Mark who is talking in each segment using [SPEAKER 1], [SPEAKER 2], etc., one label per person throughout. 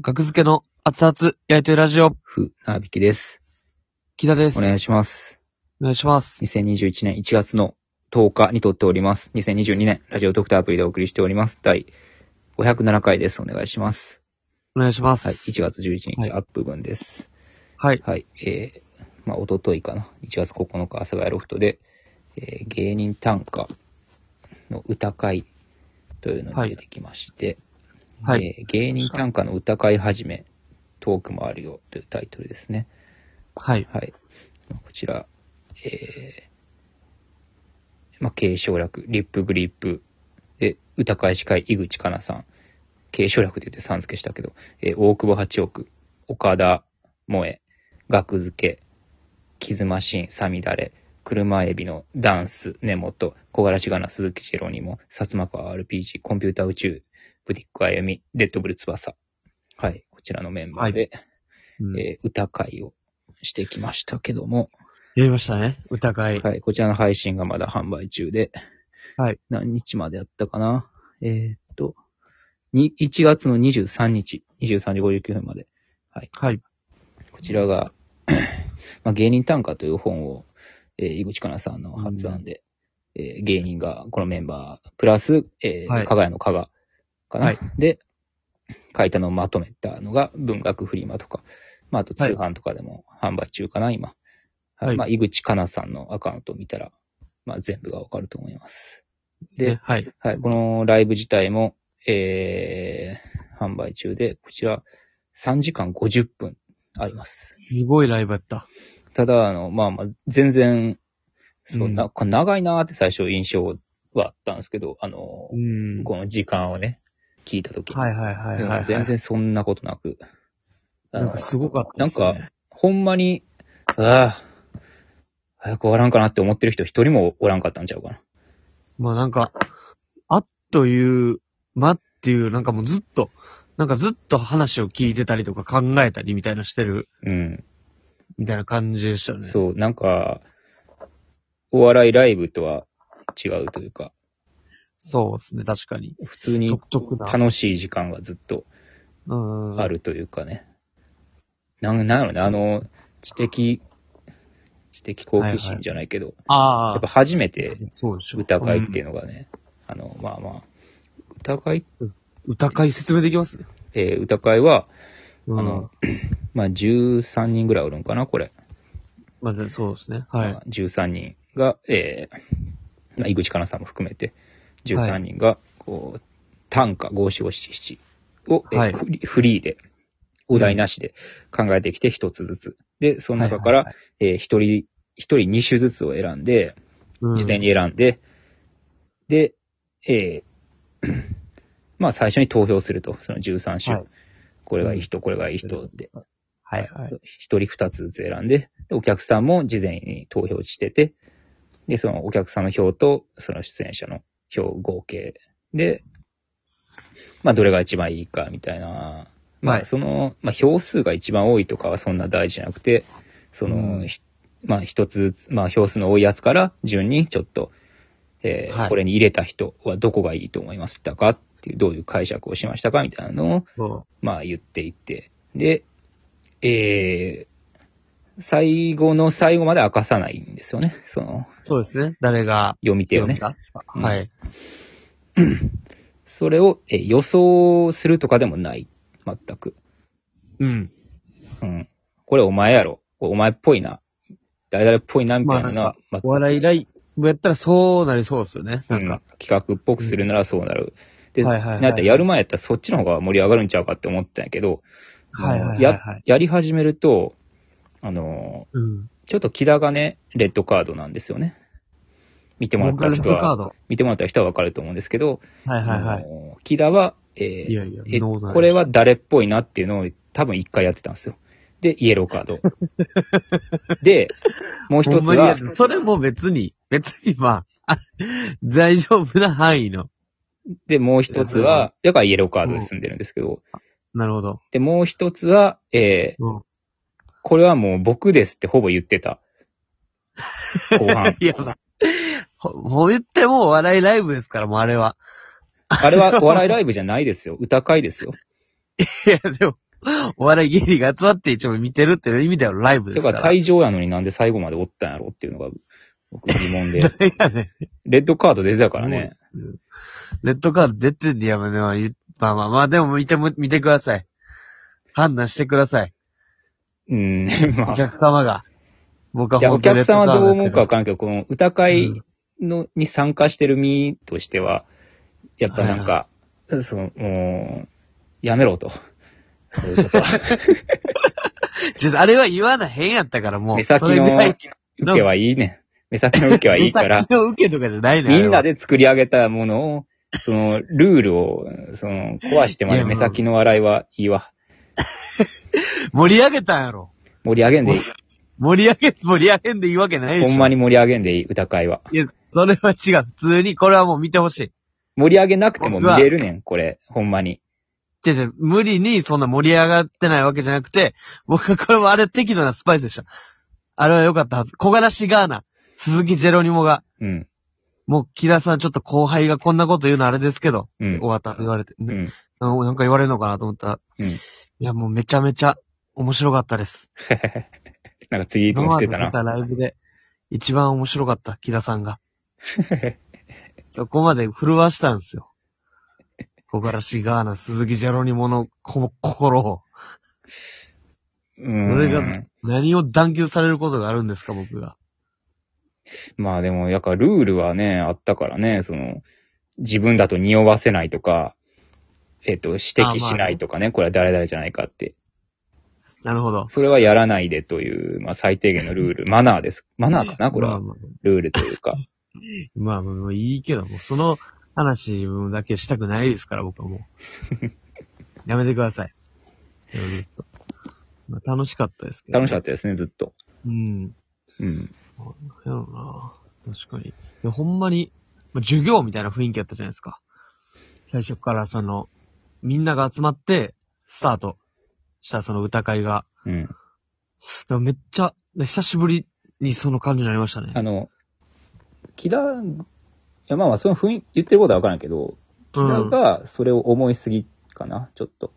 [SPEAKER 1] 学付けの熱々焼いてるラジオ、
[SPEAKER 2] ふ、なびきです。
[SPEAKER 1] 木田です。
[SPEAKER 2] お願いします。
[SPEAKER 1] お願いします。
[SPEAKER 2] 2021年1月の10日に撮っております。2022年、ラジオドクターアプリでお送りしております。第507回です。お願いします。
[SPEAKER 1] お願いしま
[SPEAKER 2] はい、
[SPEAKER 1] す。
[SPEAKER 2] 1月11
[SPEAKER 1] はい
[SPEAKER 2] 日アップ分です。
[SPEAKER 1] はい。
[SPEAKER 2] はい、えー、まあ、おとといかな。1月9日、阿佐ヶ谷ロフトで、えー、芸人短歌の歌会というの
[SPEAKER 1] はい
[SPEAKER 2] に出てきまして、
[SPEAKER 1] はい
[SPEAKER 2] えー芸人短歌の歌会始め、トークもあるよというタイトルですね。
[SPEAKER 1] はい。
[SPEAKER 2] はい。こちら、えー、まあ、軽省略、リップグリップ、で、歌返し会、井口かなさん、軽省略って言ってさん付けしたけど、えー大久保八億、岡田萌え、額付け、傷マシン、サミダレ、車エビのダンス、根本、小柄しがな、鈴木ジェロニモ、薩摩川 RPG、コンピュータ宇宙、ブティックあゆみ、レッドブル翼。はい、こちらのメンバーで、
[SPEAKER 1] うん
[SPEAKER 2] えー歌会をしてきましたけども、
[SPEAKER 1] やりましたね。歌会。
[SPEAKER 2] はい、こちらの配信がまだ販売中で、
[SPEAKER 1] はい。
[SPEAKER 2] 何日までやったかなえーっと、に1月の23日、23時59分まで、
[SPEAKER 1] はい。
[SPEAKER 2] こちらが、 まあ、芸人短歌という本を、えー井口かなさんの発案で、えー芸人が、このメンバー、プラス、えー
[SPEAKER 1] はい
[SPEAKER 2] 加賀屋の加賀かな、
[SPEAKER 1] はい
[SPEAKER 2] で、書いたのをまとめたのが、文学フリマとか、まあ、あと通販とかでも販売中かな、今。はい
[SPEAKER 1] はい
[SPEAKER 2] まあ、井口かなさんのアカウントを見たら、まあ、全部がわかると思います。
[SPEAKER 1] で、
[SPEAKER 2] で
[SPEAKER 1] はい。
[SPEAKER 2] はい、このライブ自体も、えー、販売中で、こちら、3時間50分あります。
[SPEAKER 1] すごいライブやった。
[SPEAKER 2] ただ、あの、まあまあ、全然、そ
[SPEAKER 1] う
[SPEAKER 2] う、
[SPEAKER 1] ん
[SPEAKER 2] な、これ長いなーって最初印象はあったんですけど、あの、
[SPEAKER 1] うん。
[SPEAKER 2] この時間をね、聞いたとき、
[SPEAKER 1] はいはいはいはい。
[SPEAKER 2] 全。然そんなことなく、あ
[SPEAKER 1] な
[SPEAKER 2] の
[SPEAKER 1] んかすごかったですね。
[SPEAKER 2] なんほんまに、ああ、早く終わらんかなって思ってる人一人もおらんかったんちゃうかな。
[SPEAKER 1] まあなんか、あという、まっていう、なんかもうずっと、なんかずっと話を聞いてたりとか考えたりみたいなしてる、
[SPEAKER 2] うん。
[SPEAKER 1] みたいな感じでしたね。
[SPEAKER 2] そう、なんか、お笑いライブとは違うというか、
[SPEAKER 1] そうですね、確かに。
[SPEAKER 2] 普通に
[SPEAKER 1] 独特な。
[SPEAKER 2] 楽しい時間がずっと
[SPEAKER 1] うん。
[SPEAKER 2] あるというかね。なん、なんやろね、あの、知的、知的好奇心じゃないけど、
[SPEAKER 1] あ
[SPEAKER 2] やっぱ
[SPEAKER 1] あ。
[SPEAKER 2] 初めて
[SPEAKER 1] そうでしょ。
[SPEAKER 2] 歌会っていう
[SPEAKER 1] う
[SPEAKER 2] のがね、あの、まあまあ、歌会、
[SPEAKER 1] ん。歌会説明できます
[SPEAKER 2] えー歌会は、
[SPEAKER 1] あ
[SPEAKER 2] あの、 まあ13人ぐらいおるんかな、これ。
[SPEAKER 1] まあ、そうですね。はい。
[SPEAKER 2] まあ13人が、えーまあ、井口かなさんも含めて、13人が、こう、短歌五四五七七を、えー
[SPEAKER 1] はい
[SPEAKER 2] フリフリーで、お題なしで考えてきて一つずつ。で、その中から、
[SPEAKER 1] はい
[SPEAKER 2] えー一人、一人二種ずつを選んで、
[SPEAKER 1] はいはい、
[SPEAKER 2] 事前に選んで、で、えー まあ最初に投票すると、その13種。
[SPEAKER 1] はい
[SPEAKER 2] これがいい人、これがいい人って、
[SPEAKER 1] はいはい。
[SPEAKER 2] 一人二つずつ選んで、でお客さんも事前に投票してて、で、そのお客さんの票と、その出演者の票合計で、まあどれが一番いいかみたいな、ま
[SPEAKER 1] は
[SPEAKER 2] あ
[SPEAKER 1] い
[SPEAKER 2] その、まあ票数が一番多いとかはそんな大事じゃなくて、その、
[SPEAKER 1] うん
[SPEAKER 2] ひまあ一つずつ、まあ票数の多いやつから順にちょっと、えー
[SPEAKER 1] はい
[SPEAKER 2] これに入れた人はどこがいいと思いましたかっていう、どういう解釈をしましたかみたいなのを、
[SPEAKER 1] そ
[SPEAKER 2] まあ言っていって、で、えー、最後の最後まで明かさないんですよね。その、
[SPEAKER 1] うそうですね。誰が
[SPEAKER 2] 読み手を
[SPEAKER 1] 読ん
[SPEAKER 2] ね。
[SPEAKER 1] だ、
[SPEAKER 2] うん
[SPEAKER 1] はい。
[SPEAKER 2] それを、えー予想するとかでもない。全く。
[SPEAKER 1] うん。
[SPEAKER 2] うん。これお前やろ。これお前っぽいな。誰々っぽいな、みたいなのは、ま
[SPEAKER 1] お笑いライブやったらそうなりそうですよね。なんか。
[SPEAKER 2] うん企画っぽくするならそうなる。で、
[SPEAKER 1] はいはいはい
[SPEAKER 2] なんかやる前やったらそっちの方が盛り上がるんちゃうかって思ってたんやけど、
[SPEAKER 1] はいはいはい、
[SPEAKER 2] や
[SPEAKER 1] はい。
[SPEAKER 2] やり始めると、あの
[SPEAKER 1] うん。
[SPEAKER 2] ーちょっと木田がね、レッドカードなんですよね。見てもら
[SPEAKER 1] ボ
[SPEAKER 2] っ
[SPEAKER 1] ーカ
[SPEAKER 2] た
[SPEAKER 1] ルズ
[SPEAKER 2] 人
[SPEAKER 1] カー
[SPEAKER 2] は、
[SPEAKER 1] ド。
[SPEAKER 2] 見てもらった人はわかると思うんですけど、
[SPEAKER 1] はいはいは
[SPEAKER 2] あ
[SPEAKER 1] い。
[SPEAKER 2] のー木田は、えー
[SPEAKER 1] いやいや、
[SPEAKER 2] え
[SPEAKER 1] ノーダイ
[SPEAKER 2] これは誰っぽいなっていうのを多分一回やってたんですよ。で、イエローカード。 で、もう一
[SPEAKER 1] ほ
[SPEAKER 2] つ
[SPEAKER 1] んまにや
[SPEAKER 2] は
[SPEAKER 1] る、それも別に、別にまあ、あ 大丈夫な範囲の。
[SPEAKER 2] で、もう一つは、だからイエローカードで済んでるんですけど、
[SPEAKER 1] なるほど。
[SPEAKER 2] で、もう一つは、えー
[SPEAKER 1] うん。
[SPEAKER 2] これはもう僕ですってほぼ言ってた。後半
[SPEAKER 1] 。いや、まあ、ほ、ほ言ってもお笑いライブですから、もうあれは。
[SPEAKER 2] あれはお笑いライブじゃないですよ。歌会ですよ。
[SPEAKER 1] いや、でも、お笑い芸人が集まって一応見てるっていう意味ではライブで
[SPEAKER 2] だ
[SPEAKER 1] すか
[SPEAKER 2] から
[SPEAKER 1] ら。
[SPEAKER 2] 退場やのになんで最後までおったんやろっていうのが、僕疑 問で。
[SPEAKER 1] いやね、
[SPEAKER 2] レッドカード出てたからね。
[SPEAKER 1] レッドカード出てんやめな、言うまあまあまあ、でも見ても、見てください。判断してください。
[SPEAKER 2] うん、ま
[SPEAKER 1] お
[SPEAKER 2] あ。
[SPEAKER 1] 客様が。僕はい
[SPEAKER 2] や、お
[SPEAKER 1] 本当にレ
[SPEAKER 2] 客
[SPEAKER 1] ッド
[SPEAKER 2] さん
[SPEAKER 1] カード
[SPEAKER 2] はどう
[SPEAKER 1] や
[SPEAKER 2] 思う
[SPEAKER 1] け
[SPEAKER 2] かわからんけど、この歌
[SPEAKER 1] う
[SPEAKER 2] 会
[SPEAKER 1] ん
[SPEAKER 2] の、に参加してる身としては、やっぱなんか、その、もう、やめろと。そういうこと は
[SPEAKER 1] ちょっとあれは言わな変やったから、もう。
[SPEAKER 2] 目先
[SPEAKER 1] それぐら
[SPEAKER 2] の
[SPEAKER 1] い
[SPEAKER 2] 受けはいいねん。目先の受けはい いから
[SPEAKER 1] 目、先の受けとかじゃないね。あ
[SPEAKER 2] み
[SPEAKER 1] れ
[SPEAKER 2] ん
[SPEAKER 1] は
[SPEAKER 2] なで作り上げたものを、その、ルールを、その、壊してま
[SPEAKER 1] い
[SPEAKER 2] で
[SPEAKER 1] や
[SPEAKER 2] 目先の笑いはいいわ。
[SPEAKER 1] 盛り上げたんやろ。
[SPEAKER 2] 盛り上げんでい
[SPEAKER 1] 盛り上げ、盛り上げんでいいわけないで
[SPEAKER 2] い。
[SPEAKER 1] しょ。
[SPEAKER 2] ほんまに盛り上げんでいい、歌会は。
[SPEAKER 1] いや、それは違う。普通に、これはもう見てほし
[SPEAKER 2] 盛り上げなくても見れるねん、これ。ほんまに。
[SPEAKER 1] い。違う違う、無理にそんな盛り上がってないわけじゃなくて、僕はこれもあれ適度なスパイスでした。あれは良かったはず。小柄しガーナ、鈴木ジェロニモが、
[SPEAKER 2] うん。
[SPEAKER 1] もう木田さんちょっと後輩がこんなこと言うのあれですけど、
[SPEAKER 2] うん
[SPEAKER 1] 終。わったと言われて、
[SPEAKER 2] う
[SPEAKER 1] ね
[SPEAKER 2] ん。
[SPEAKER 1] あのなんか言われるのかなと思ったら、
[SPEAKER 2] うん
[SPEAKER 1] いやもうめちゃめちゃ面白かったです。
[SPEAKER 2] なんかツイート
[SPEAKER 1] 今
[SPEAKER 2] もし
[SPEAKER 1] ま
[SPEAKER 2] て
[SPEAKER 1] で
[SPEAKER 2] た
[SPEAKER 1] 出
[SPEAKER 2] な。
[SPEAKER 1] たライブで一番面白かった、木田さんが。 そこまで震わしたんですよ。小柄しガーナ、鈴木ジャロニモのこ心を。
[SPEAKER 2] うん。
[SPEAKER 1] 俺が何を断球されることがあるんですか、僕が。
[SPEAKER 2] まあでも、やっぱルールはね、あったからね、その、自分だと匂わせないとか、えっ、と、指摘しないとかね、これは誰々じゃないかって。
[SPEAKER 1] なるほど。
[SPEAKER 2] それはやらないでという、まあ最低限 のルール、マナーです。マナーかなこれ
[SPEAKER 1] まあ
[SPEAKER 2] は。
[SPEAKER 1] まあ、
[SPEAKER 2] ルールとい うか。
[SPEAKER 1] まあまあいいけど、もうその話だけしたくないですから、僕はもう。やめてください。でもずっと。まあ、楽しかったですけど。
[SPEAKER 2] 楽しか
[SPEAKER 1] っ
[SPEAKER 2] ったですね、ずっと。
[SPEAKER 1] た。うん。
[SPEAKER 2] うん。
[SPEAKER 1] やろな確かに。いや、ほんまに、まあ授業みたいな雰囲気やったじゃないですか。最初からその、みんなが集まって、スタートしたその歌会が。
[SPEAKER 2] うん。
[SPEAKER 1] でもめっちゃ、久しぶりにその感じになりましたね。
[SPEAKER 2] あの、木田、いやまあまあ、その雰囲気、言ってることはわからんけど、
[SPEAKER 1] う
[SPEAKER 2] 木田
[SPEAKER 1] ん。い
[SPEAKER 2] がそれを思いすぎかな、ちょっと。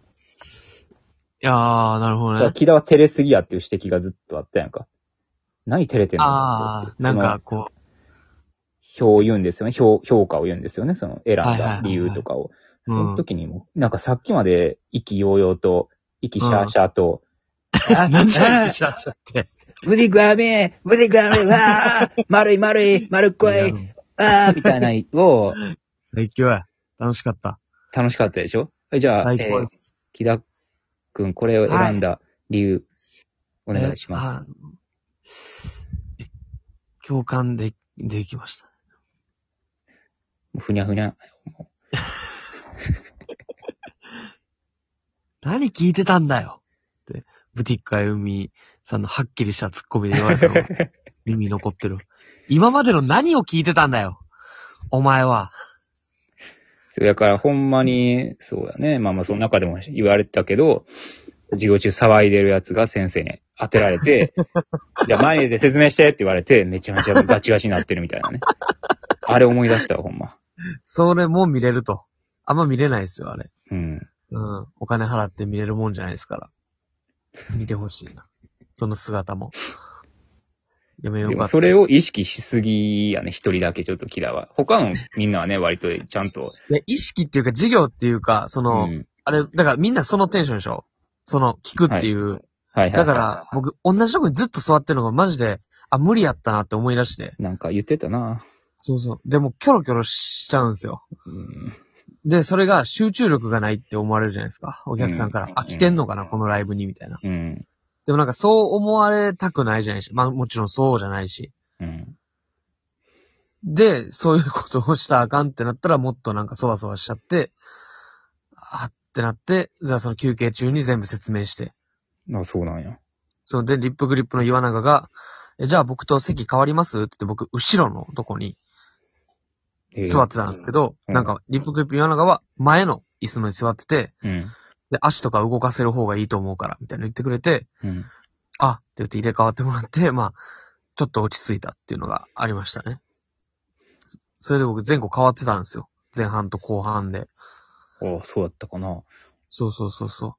[SPEAKER 1] やー、なるほ
[SPEAKER 2] だ
[SPEAKER 1] ど
[SPEAKER 2] から
[SPEAKER 1] ね。
[SPEAKER 2] 木田は照れすぎやっていう指摘がずっとあったやんか。何照れてんの
[SPEAKER 1] あー、なんか、こ
[SPEAKER 2] その表を言うんですよね。評評価を言うんですよね。その選ん
[SPEAKER 1] はいはいはいは
[SPEAKER 2] だ
[SPEAKER 1] い
[SPEAKER 2] 理由とかを。
[SPEAKER 1] う。
[SPEAKER 2] そ
[SPEAKER 1] うん
[SPEAKER 2] の時にも、なんかさっきまで意気揚々と、意気シャーシャーと、あ
[SPEAKER 1] なんじゃ
[SPEAKER 2] あ
[SPEAKER 1] らしちゃって。
[SPEAKER 2] 無理グアメ無理グアメわー丸い丸い丸っこいあーみたいなのを、
[SPEAKER 1] 最強や。楽しかった。
[SPEAKER 2] 楽しかったでしょじゃあ、
[SPEAKER 1] 最
[SPEAKER 2] え
[SPEAKER 1] 高
[SPEAKER 2] ー
[SPEAKER 1] です。
[SPEAKER 2] 木田くん、これを選んだ理由、お願いします。
[SPEAKER 1] す。え共感で、できました。
[SPEAKER 2] ふにゃふにゃ。
[SPEAKER 1] 何聞いてたんだよって、ブティックあゆみさんのはっきりしたツッコミで言われ たの が耳に残ってる。今までの何を聞いてたんだよお前は。
[SPEAKER 2] そうだからほんまに、そうだね。まあまあその中でも言われてたけど、授業中騒いでるやつが先生に当てら れて、じゃあ前で説明してって言われて、めちゃめちゃガチガチになってるみたいなね。あれ思い出したわ、ほんま。
[SPEAKER 1] それも見れると。あんま見れないですよ、あれ。
[SPEAKER 2] うん。
[SPEAKER 1] うん。お金払って見れるもんじゃないですから。見てほしいな。その姿も。やめ
[SPEAKER 2] で
[SPEAKER 1] よう
[SPEAKER 2] も
[SPEAKER 1] か。
[SPEAKER 2] それを意識しすぎやね、一人だけちょっとキラは。他のみんなはね、割とちゃんと。
[SPEAKER 1] いや、意識っていうか、授業っていうか、そうの、
[SPEAKER 2] ん。
[SPEAKER 1] あれ、だからみんなそのテンションでしょその、聞くっていう。
[SPEAKER 2] はいはい。
[SPEAKER 1] だから、僕、同じとこにずっと座ってるのがマジで、あ、無理やったなって思い出して。
[SPEAKER 2] なんか言ってたな。
[SPEAKER 1] そうそう。でも、キョロキョロしちゃうんですよ。
[SPEAKER 2] うん。
[SPEAKER 1] で、それが集中力がないって思われるじゃないですか。お客さんから。
[SPEAKER 2] うん
[SPEAKER 1] 飽きてんのかな、このライブに、みたいな。
[SPEAKER 2] うん。
[SPEAKER 1] でもなんか、そう思われたくないじゃないし。まあ、もちろんそうじゃないし。
[SPEAKER 2] うん。
[SPEAKER 1] で、そういうことをしたらあかんってなったら、もっとなんか、そわそわしちゃって、あってなって、だからその休憩中に全部説明して。
[SPEAKER 2] あ、そうなんや。
[SPEAKER 1] そので、リップグリップの岩永が、え、じゃあ僕と席変わりますって言って僕、後ろのとこに
[SPEAKER 2] えー
[SPEAKER 1] 座ってたんですけ。ど、
[SPEAKER 2] うん
[SPEAKER 1] なんか、リップグリップ岩永は前の椅子のに座ってて、
[SPEAKER 2] うん。
[SPEAKER 1] で、足とか動かせる方がいいと思うから、みたいなの言ってくれて、
[SPEAKER 2] うん。
[SPEAKER 1] あって言って入れ替わってもらって、まあ、ちょっと落ち着いたっていうのがありましたね。そそれで僕前後変わってたんですよ。前半と後半で。
[SPEAKER 2] ああ、そうだったかな。
[SPEAKER 1] そうそうそうそ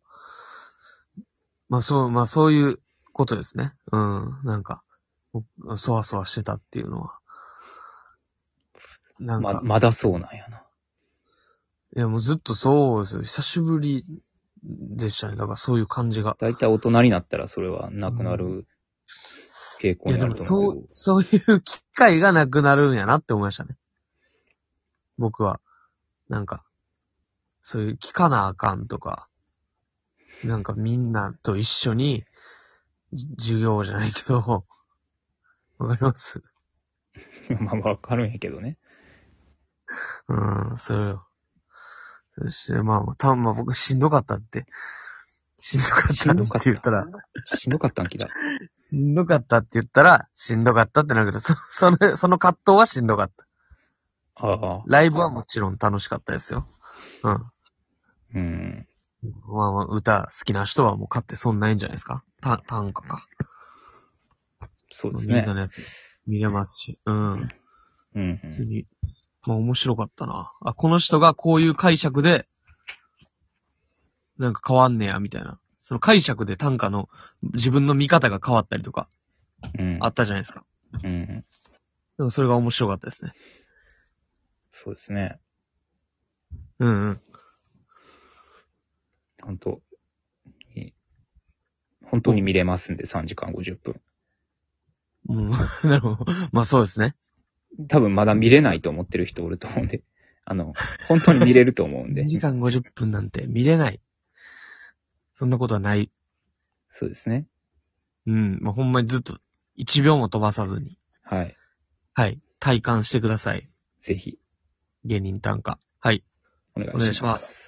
[SPEAKER 1] う。まあそう、まあそういうことですね。うん。なんか、僕そわそわしてたっていうのは。なんか、
[SPEAKER 2] ま、まだそうなんやな。
[SPEAKER 1] いやもうずっとそうですよ。久しぶりでしたね。だからそういう感じが。
[SPEAKER 2] だいたい大人になったらそれはなくなる傾向
[SPEAKER 1] いや
[SPEAKER 2] に
[SPEAKER 1] で
[SPEAKER 2] あ
[SPEAKER 1] も
[SPEAKER 2] ると思
[SPEAKER 1] そう
[SPEAKER 2] け
[SPEAKER 1] う、そ
[SPEAKER 2] ど
[SPEAKER 1] ういう機会がなくなるんやなって思いましたね。僕は、なんか、そういう聞かなあかんとか、なんかみんなと一緒に、じ授業じゃないけど、わかります
[SPEAKER 2] まあ、わかるんやけどね。
[SPEAKER 1] うん、それよ。そして、まあまあ、たまあ僕しんどかったって、しんどかっ
[SPEAKER 2] したん
[SPEAKER 1] って
[SPEAKER 2] どかった。
[SPEAKER 1] 言ったら、
[SPEAKER 2] しんどかったん きだ。
[SPEAKER 1] しんどかったって言ったら、しんどかったってなるけど、そ、その、その葛藤はしんどかった。
[SPEAKER 2] ああ。
[SPEAKER 1] ライブはもちろん楽しかったですよ。うん。
[SPEAKER 2] うん。
[SPEAKER 1] まあまあ、歌好きな人はもう買って損ないんじゃないですかた、短歌か。
[SPEAKER 2] そうです
[SPEAKER 1] みん
[SPEAKER 2] ね
[SPEAKER 1] な。のやつ見れますし。うん。
[SPEAKER 2] うんう
[SPEAKER 1] 普通
[SPEAKER 2] ん。
[SPEAKER 1] に。まあ面白かったな。あ、この人がこういう解釈で、なんか変わんねや、みたいな。その解釈で短歌の自分の見方が変わったりとか、
[SPEAKER 2] うん
[SPEAKER 1] あったじゃないですか。
[SPEAKER 2] うん。
[SPEAKER 1] でもそれが面白かったですね。
[SPEAKER 2] そうですね。
[SPEAKER 1] うんうん。
[SPEAKER 2] 本当に本当に見れますんで、3時間50分。
[SPEAKER 1] うん、 なるほど。まあそうですね。
[SPEAKER 2] 多分まだ見れないと思ってる人おると思うんで。あの、本当に見れると思うん で
[SPEAKER 1] 2 。時間50分なんて見れない。そんなことはない。
[SPEAKER 2] そうですね。
[SPEAKER 1] うん。まあ、ほんまにずっと、1秒も飛ばさずに、
[SPEAKER 2] はい。
[SPEAKER 1] はい。体感してください。
[SPEAKER 2] ぜひ、
[SPEAKER 1] 芸人短歌。はい。
[SPEAKER 2] お願いし
[SPEAKER 1] お願いします。